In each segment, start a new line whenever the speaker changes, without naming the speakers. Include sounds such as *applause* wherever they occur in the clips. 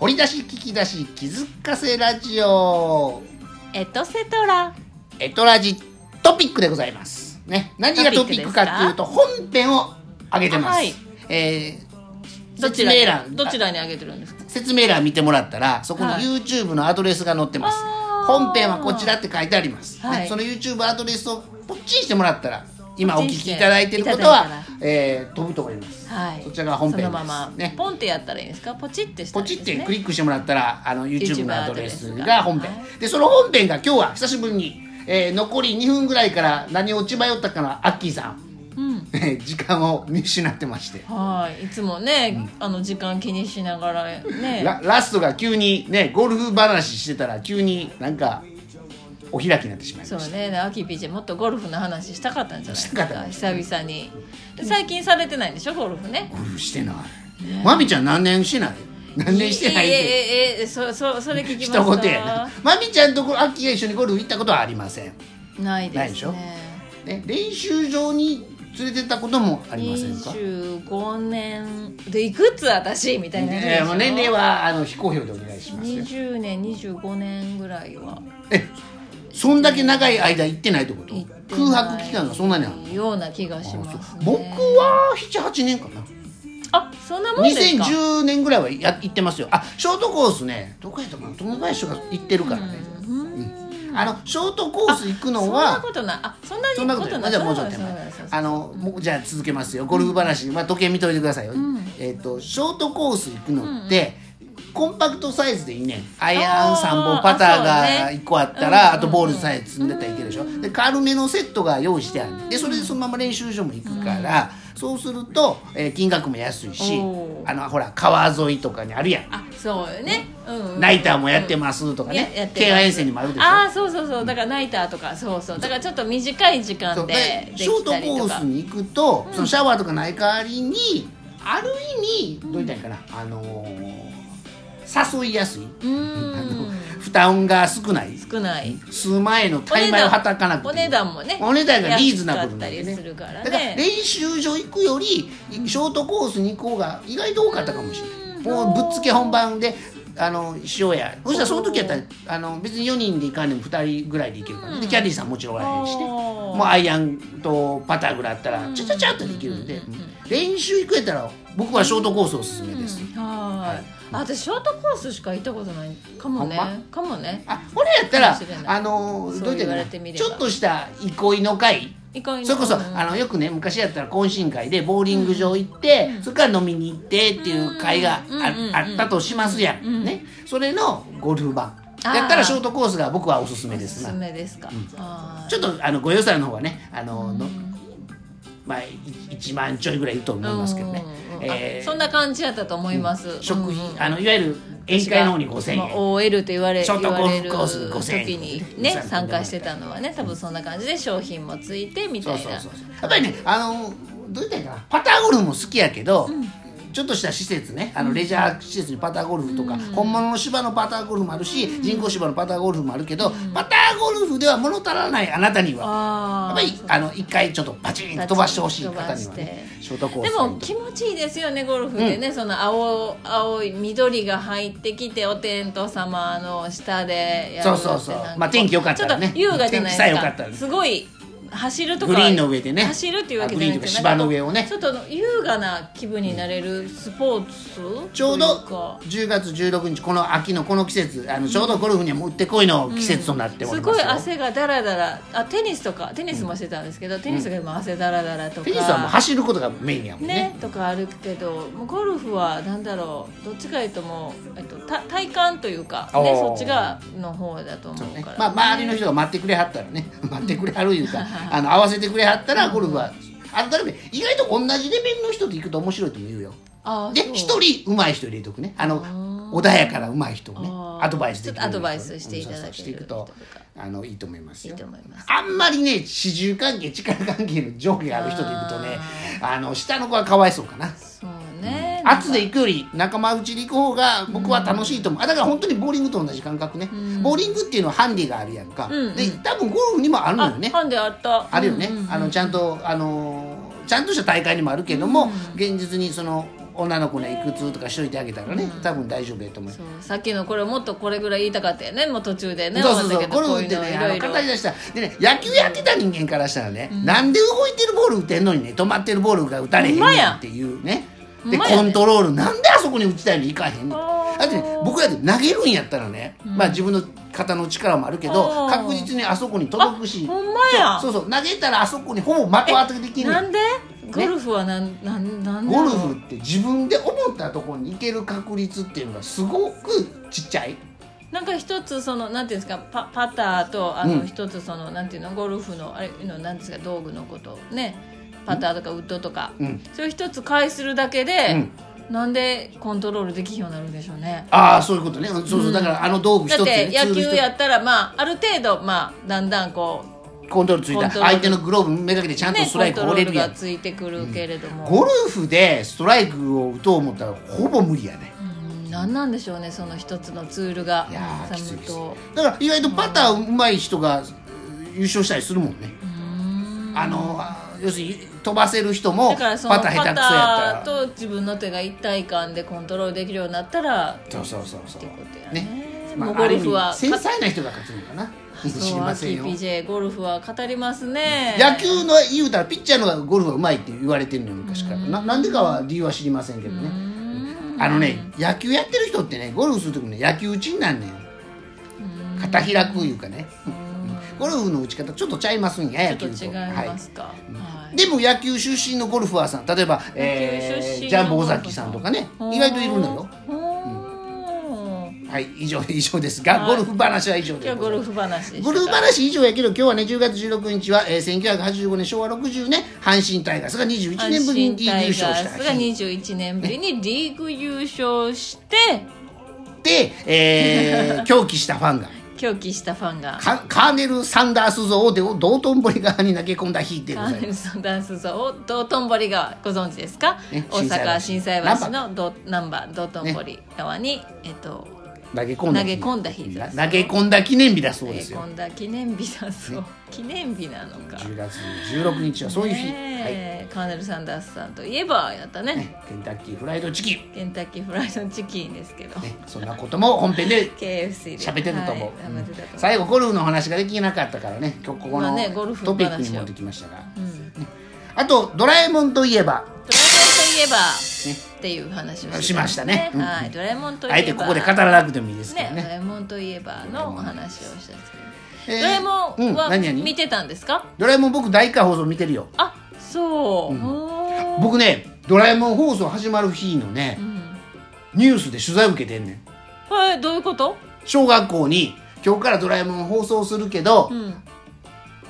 掘り出し聞き出し気づかせラジオ
エトセトラ
エトラジトピックでございますね何がトピックかっていうと本編を上げてます、
はい
えー
ど
説
ちら
明欄
どちらにあげてるんですか
説明欄見てもらったらそこに
はい
YouTube のアドレスが載ってます、
あー
本編はこちらって書いてあります、
はい
ねその YouTube アドレスをポッチンしてもらったら今お
ポ
聞
チンして
きいただいてること
いただ
はい
た、
えー飛ぶと思います、
はい
そちらが本編です
そのまま、
ね
ポンってやったらいいんですかポチってした
ポ
らい
チ
いん
っ
です、ね、
てクリックしてもらったらあの YouTube のアドレス
YouTube
が本編
アドレス
でその本編が今日は久しぶりに、えー残り2分ぐらいから何を落ち迷ったかなアッキーさん
うん
*laughs* 時間を見失ってまして、
はいいつもね、あの時間気にしながらね
ララストが急にねゴルフ話してたら急になんかお開きになってしまい
そ
ま
う
した
ねで秋 PJ もっとゴルフの話したかったんじゃないです
したかった
か久々にで最近されてないんでしょゴルフね
ゴルフしてないまみちゃん何年してない何年してないっ
え
て
ええええそそそれ聞きまし
一
た
言やなまみちゃんとこアッキーが一緒にゴルフ行ったことはありません、
ないですね
ないでしょね、練習場に連れてったこともありませんか
25年でいくつ私みたいなやつで
ね
しょ
もう年齢はあの非公表でお願いしますよ
20年25年ぐらいは
えそんだけ長い間行ってないってこと
行って
空
ない
白期間がそんなにあるの
ような気がします、ね、
僕は78年かな
あそんなもんですか
2010年ぐらいはや行ってますよあショートコースねどこやったかな友達が行ってるからねあのショートコース行く
そ
の
んな
は
ことないあそんなに
そんなことないじゃあもうちょっと手
そう
前
なんですそうなんです
あのもうじゃあ続けますよゴルフ話、まあ、時計見といてくださいよ、えっ、とショートコース行くのって、コンパクトサイズでいいねんアイアン3
あ
本
ー
パターが
そうね
1個あったらあ,、とボールさえ積んでたらいけるでしょ、で軽めのセットが用意してあるねんでそれでそのまま練習場も行くから、そうすると、えー金額も安いし
おー
あのほら川沿いとかにあるやん
あそうよねうんうん
ナイターもやってますとか
やや
ね
ってる
京阪沿線にもあるでしょ
ああそうそうそうだからナイターとかそうそうだからちょっと短い時
そ
間
う
で
で
で
ショー
き
ト
たり
コ
と
ース
か
に行くと、そのシャワーとかない代わりにある意味どう言ったらいいかな、あのー誘いやすい、
う
あの
ん
負担が少ない
少ない
数万円の大枚をはたかなくて
お値段もね
お値段がリーズナブルなんで
安かったりす
ね
るからね
だから練習場行くよりショートコースに行こうが意外と多かったかもしれないもうぶっつけ本番であのしようやそしたらその時やったらあの別に4人で行かんでも2人ぐらいで行けるから、でキャディーさんもちろんおらへんしね
お
も
ー
うアイアンとパターぐらいあったらちゃちゃちゃっとできるんで、練習行くやったら僕はショートコースおすすめです、
は
はいい
あ私ショートコースしか行ったことないかもね
ほん
かもね
あこれやったら
かもしれない
あのどうや
そう言わ
っ
れ
て
て
かな
みれ
ち
ば
ょっとした憩いの会
いかに
それこそ、
うん
あのよくね昔やったら懇親会でボーリング場行って、それから飲みに行ってっていう会があ,、
うんうん
あったとしますやん、ね、それのゴルフ版
あー
やったらショートコースが僕はおすすめで
お
す
す
な
すめですかは
ちょっとあのご予算の方はねあの,、のまあい1万ちょいぐらいいると思
い
いますけどね、
うんうんうんあ
えー
そんな感じやったと思います
食費、
うん
あのいわゆる宴会の方に5000円、
まあ OL と言われ
ショート
言
コース
われる
コース5000円
時に
う
ね
ん
参加してたのはね多分そんな感じで商品もついてみ
そ
た
う
い
そう
な
そうそうやっぱりねあのどう言ったらいいかなパターゴルフも好きやけど、ちょっとした施設ねあのレジャー施設にパターゴルフとか、本物の芝のパターゴルフもあるし、人工芝のパターゴルフもあるけど、パターゴルフでは物足らないあなたにはや
あ
っぱ
ー
りあの一回ちょっとバチンと飛ばしてほしい方にはね
飛ばして
ショートコー
で
ス
も気持ちいいですよねゴルフでね、その青青い緑が入ってきてお天道様の下でやるって
そ
なんか
うそうそうまあ天気良かったらね
ちょっと優雅じゃないで
天気
す
さ
か
え良かったらね
すごい走るとか
グリーンの上でね
走るっていうわけじゃな
あグリーン
くて
とか芝の上をね
ちょっと優雅な気分になれるスポーツ
ちょうど
というか
10月16日この秋のこの季節あのちょうどゴルフにはもってこいの季節となっておりま
すご
す
い
よ、
汗がだらだらあテニスとかテニスもしてたんですけど、テニスが今汗だらだらとか
テニスはもう走ることがメインやもんね
ねとかあるけどもうゴルフはなんだろうどっちかいうともう、えっと、た体感というか、
おー
ね、そっちがの方だと思うから、
まあ、周りの人が待ってくれはったらね *laughs* 待ってくれはるいう
*laughs*
かあの合わせてくれはったらゴルフは改めて意外と同じレベルの人と行くと面白いとも言うよ
あー
で
そう
一人上手い人入れとくねあの穏やかな上手い人をね
あー
アドバイスできるような人
ちょっとアドバイスしていただける
うんそうそうしていく
人
と
とか
あのいいと思いますよ
いいと思います
あんまりね始終関係力関係の上下がある人と行くとねあの下の子はかわいそうかな
そうね
圧で行くより仲間内で行く方が僕は楽しいと思う、あだから本当にボーリングと同じ感覚ね、ボーリングっていうのはハンディがあるやんか、
うんうん
で多分ゴルフにもあるのよね
あハンデあった
あるよね、
うんうん
あのちゃんとあのーちゃんとした大会にもあるけども、現実にその女の子ねいくつとかしといてあげたらね、多分大丈夫やと思う
そうさっきのこれもっとこれぐらい言いたかったよねもう途中でね
そうそう
終
そ
わっ
う
たけ
ゴ
ど
ル
こ
フ
う
っ
いう
て
のい
ねあ
ろ
の
いろ
語り出したでね野球やってた人間からしたらね、なんで動いてるボール打ってんのにね止まってるボールが打たれへん
ほんま
ねん
や
っていうね
ほん
で
まやね
コントロールなんであそこに打ちたいのにいかへんの
あー
だってね僕らで投げるんやったらね、まあ自分の肩の力もあるけど
あー
確実にあそこに届くし
あほんまや
そうそうそう投げたらあそこにほぼ的当てできんねん
なんでゴルフはなんなんなんだ
ゴ
ろう
ルフって自分で思ったところに行ける確率っていうのがすごくちっちゃい
なんか一つそのなんていうんですかパパターとあ
う
の
ん
一つその、なんていうのゴルフのあれのなんですか道具のことねパターとかウッドとか、
うん
それ一つ返するだけで、なんでコントロールできひんようになるんでしょうね
ああそういうことねうんそうそう、だからあの道具一
だ
つ
っ
で
て
ね
野
ツール
球
一つ
やったらまあある程度まあだんだんこ
コントロールつい
コ
た
ントロール
相手のグローブめがけてちゃ
うん
と
ね
スト
コ
ラ
ン
イク
トロ
放れ
ール
るや
が
ん
ついてくるけれども、
ゴルフでストライクを打とう思ったらほぼ無理やね
うんなんなんでしょうねその一つのツールが
いやーきついです
と
だから意外とパターうまい人が優勝したりするもんねあのあ要するに飛ばせる人もパター
だからその
下
パ
手
タ
くそやった
ー
ら
と自分の手が一体感でコントロールできるようになったらっ
そうそうそうそう
てことやね
ね
も
まあ、
うゴ
ある
ル
意味
フは
繊細な人が勝つのかな知りませんよ
PJ ゴルフは語りますね
野球の言うたらピッチャーの方がゴルフはうまいって言われてるのよ昔からななんでかは理由は知りませんけどねあのね野球やってる人ってねゴルフする時にね野球打ちになんねん肩開くいうかねうんゴルフの打ち方ちょっとちゃいますんや
ちょ
野
っと
球
違い
は
ますか、はい
い、でも野球出身のゴルファーさん例えば、え
野球出身
ー、
の
ジャンボ尾崎さんとかね意外といるのよ
ほー
はい以上 *laughs* 以上ですが、
はい
ゴルフ話は以上で
今日は
ご
ゴ
ざいます
ルフ話でした
ゴルフ話以上やけど今日はね10月16日は、えー、1985年昭和60年阪神タイガースが21年ぶりにリーグ優勝し
阪神タイガー
た
スが
日
21年ぶりにリーグ優勝して
で、えー、
*laughs*
狂気したファンが
狂気したファンが
カカーネル・サンダース像を道頓堀側に投げ込んだ日でご
カ
ざい
ー
ま
ネ
す
ルソンダンス像を道頓堀川ご存知ですか、
ね
大阪
心
心斎
斎
橋
橋
の道難波道頓堀川に、えっと
投げ込んだ日
投げ込んだ日
な投げ込んだ記念日だそ
投
う
げ
ですよ
込んだ記念日だそう、記念日なのか
10月16日はそういう日、はい
ねえカーネル・サンダースさんといえばやったね
ね、ケンタッキーフライドチキン、
ケンタッキーフライドチキンですけど、
ね、そんなことも本編で
KFC で
喋ってたと思う、
はい喋ってたと思う
最後ゴルフの話ができなかったからね今日ここ
まあ
の
ねゴルフの
ト
話を
ピックに持ってきましたが、ねあと「ドラえもん」といえば
ドラえもんといえば、っていう話をて
しましたねうん
はい、ドラえもんといえば
あえてここで語らなくてもいいですけど
ねドラ
ね
えもんといえばのお話をしたんですけど、
えー
ドラえも
うんん
は
何々
見てたんですか、
ドラえもん僕第1回放送見てるよ
あそう、おー
僕ねドラえもん放送始まる日のね、ニュースで取材受けてんねん
はいどういうこと
小学校に今日からドラえもん放送するけど、
ん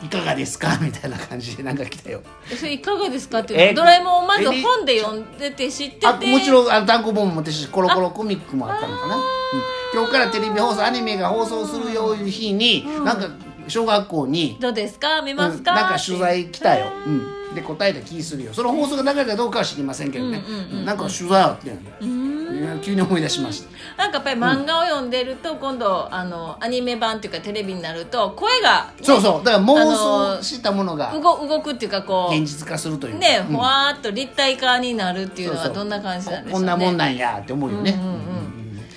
いかがですかみ *laughs* たいな感じでなんか来たよ
えそれいかがですかって
え
いうドラえもんをまず
えに
本で読んでて知ってて
あもちろんあの単行本も持ってるしコロコロコミックもあったのかな、うん今日からテレビ放送アニメが放送するよういう日に、なんか小学校に、
どうですか見
うん
ますか、
なんか取材来たよ、うん、で答えた気するよその放送が流れたかどうかは知りませんけどね、なんか取材あって、いや急に思い出しました
なんかやっぱり漫画を読んでると今度あのアニメ版っていうかテレビになると声が
そうそうだから妄
あの
想
ー
したものが
動動くっていうかこう
現実化するというか
ね、
うん
ふわーっと立体化になるっていうの
そ
は
うそう
どんな感じなんでしょ
こ
うんね。
なもんなんやって思うよね、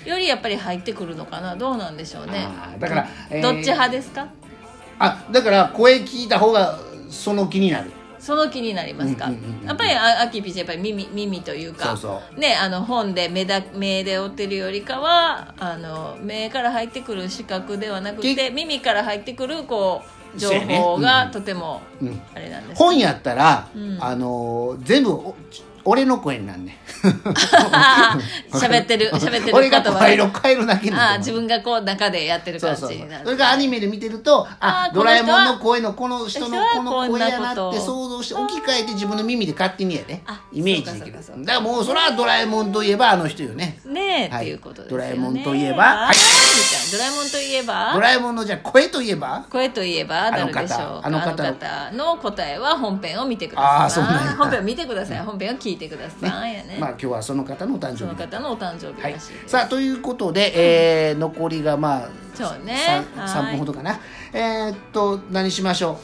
よりやっぱり入ってくるのかな、どうなんでしょうね。
あーだから、えー
どっち派ですか？
あだから声聞いた方がその気になる
その気になりますか。
うんうんうんうん
やっぱりあアキピーちゃんやっぱり耳耳というか、
そう
ねあの本で目だ目で追ってるよりかはあの目から入ってくる視覚ではなくて
け
耳から入ってくるこう情
そうやね
報
うん
が
うん
とても
うん
あれなんです。
本やったら、
うん
あのー全部おち俺の声になんねん
*laughs* 喋っ
*laughs*
てる喋ってる
俺が
言葉
声色変えるだけに
あ
な
あ
る
自分がこう中でやってる
そ
感
う
じ
そうそう
になる。
それがアニメで見てるとあ
あー
ドラえもん
この人は
の声のこの人のこの声や
こんな
なっ
こと
て想像して置き換えて自分の耳で勝手にやね
あ
イメージでき
そうか
る
そうかそうか
だからもうそれはドラえもんといえばあの人よね
ねえ、
はい
っていうことですよ
ド
ね。
ラえもんといえば
は
はいい。
ドラえもんといえ
ド
ば。
ラえもんのじゃあ声といえば
声といえば誰でしょうか。
あの方
あ
あ
の
の
方の答えは本編を見てください。
あーそうなんや
本編を見てください。本編を聞いてください。やね。
まあ今日はその方のお誕
そ
生
の
日
方のお誕生日
は
ら
い
しいで、す。
さあということで、えー残りがまあ
そうね
さん
は
3
い
分ほどかなえーっと何しましょ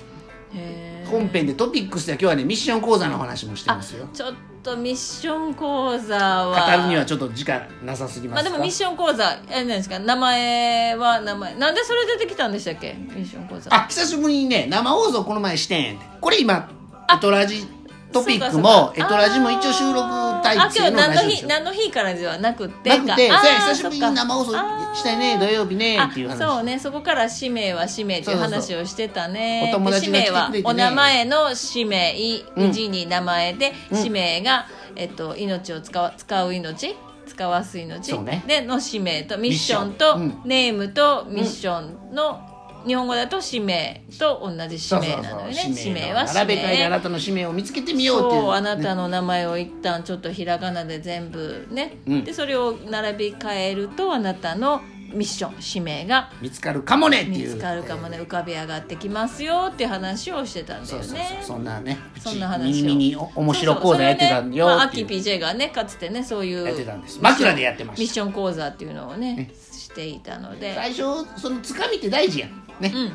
う
へー
本編でトピックスでは今日はねミッション講座のお話もして
あ
ますよ
ちょっとミッション講座は
語るにはちょっと時間なさすぎま
まあ
す
で
か
もミッション講座えなんですか名前は名前なんでそれ出てきたんでしたっけミッション講座
あ久しぶりにね生放送この前してんってこれ今
あ
エトラジトピック
そう
も
かそう
エ
か
トラジも一応収録タイプ
あ今
制
日
のラ
何
ジオ
の
です
日
よ
何の日からじゃなくて
なくて
か
そうや
あー
久しぶりに生放送したいね土曜日ね
あ
っていう話
そうねそこから氏名は氏名っていう
そうそう
話
そ
をしてたね
お友達が
で
来て
氏名は
くれてね
お名前の氏名
うん
字に名前で、
うん
氏名が、えっと、命を使わ使う命使わす命、
そうね
での氏名とミッション
ミッション
とネームとミッションの、日本語だと氏名と同じ氏
そう
名
そう
な
そ
のよ
う
ね
氏
氏
名
名
の
は氏
並べ替えであ
名
なたの氏名を見つけてみようっていう
そうあな
ね
たの名前を一旦ちょっとひらがなで全部ね、
うん
でそれを並び替えるとあなたのミッション使命が
見つかるかもねって
見
いう
つかるかもね浮かび上がってきますよって話をしてたんだ
そ
よ
う
ね
そうそうそんなねプ
そ
チ
んな話を
ミニミニお面白講座やってたんよ
そうそうそれをねまあ、ア
ってい
キ
う
PJ がねかつてねそういう
やってたんです枕でやってました
ミッション講座っていうのをねしていたので
最初そのつかみって大事やんね、
うん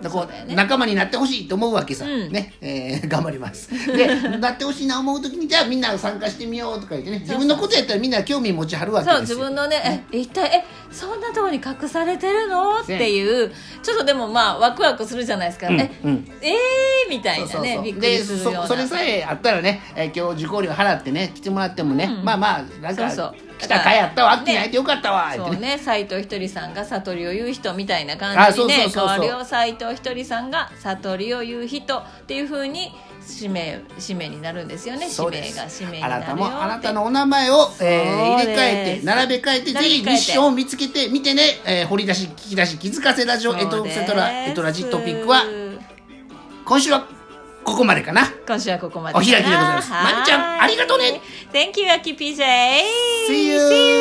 だからこう
そうだよね
仲間になってほしいと思うわけさ、
うん
ねえー頑張りますでなってほしいな思う時にじゃあみんな参加してみようとか言ってね自分のことやったらみんな興味持ちはるわけですよ
そう自分のねえ一体えそんなとこに隠されてるのっ
せん
ていうちょっとでもまあワクワクするじゃないですか、
うん
え、
うん
えーみたい
そう
な
そう
ね
そう
びっく
で
りするような
そそれさえあったらね、えー今日受講料払ってね来てもらってもね、まあまあなんか
そうそう
来たかやったわ
だ
飽
から
きないでよかったわって
そう
ね
ね斎藤ひとりさんが悟りを言う人みたいな
あ
感じ
そう
に
そうそう
ね
そう
代わるよ斎藤ひとりさんが悟りを言う人っていうふうに使命使命になるんですよね使
そう
命
です
が使命に
あ
な
な
るよ
たもあな
って
たのお名前を、えー
そう
入
で
れ
す
替えて並べ替えてぜ
並べ替
ひ
え
ミ
て
ッションを見つけて見てね、えー掘り出し聞き出し気づかせラジオエトセトラエトラジトピックは今週はここまでかな
今週はここまで
お開きでございます
はー
まるちゃんありがとうね
Thank you, アキ PJ
See you.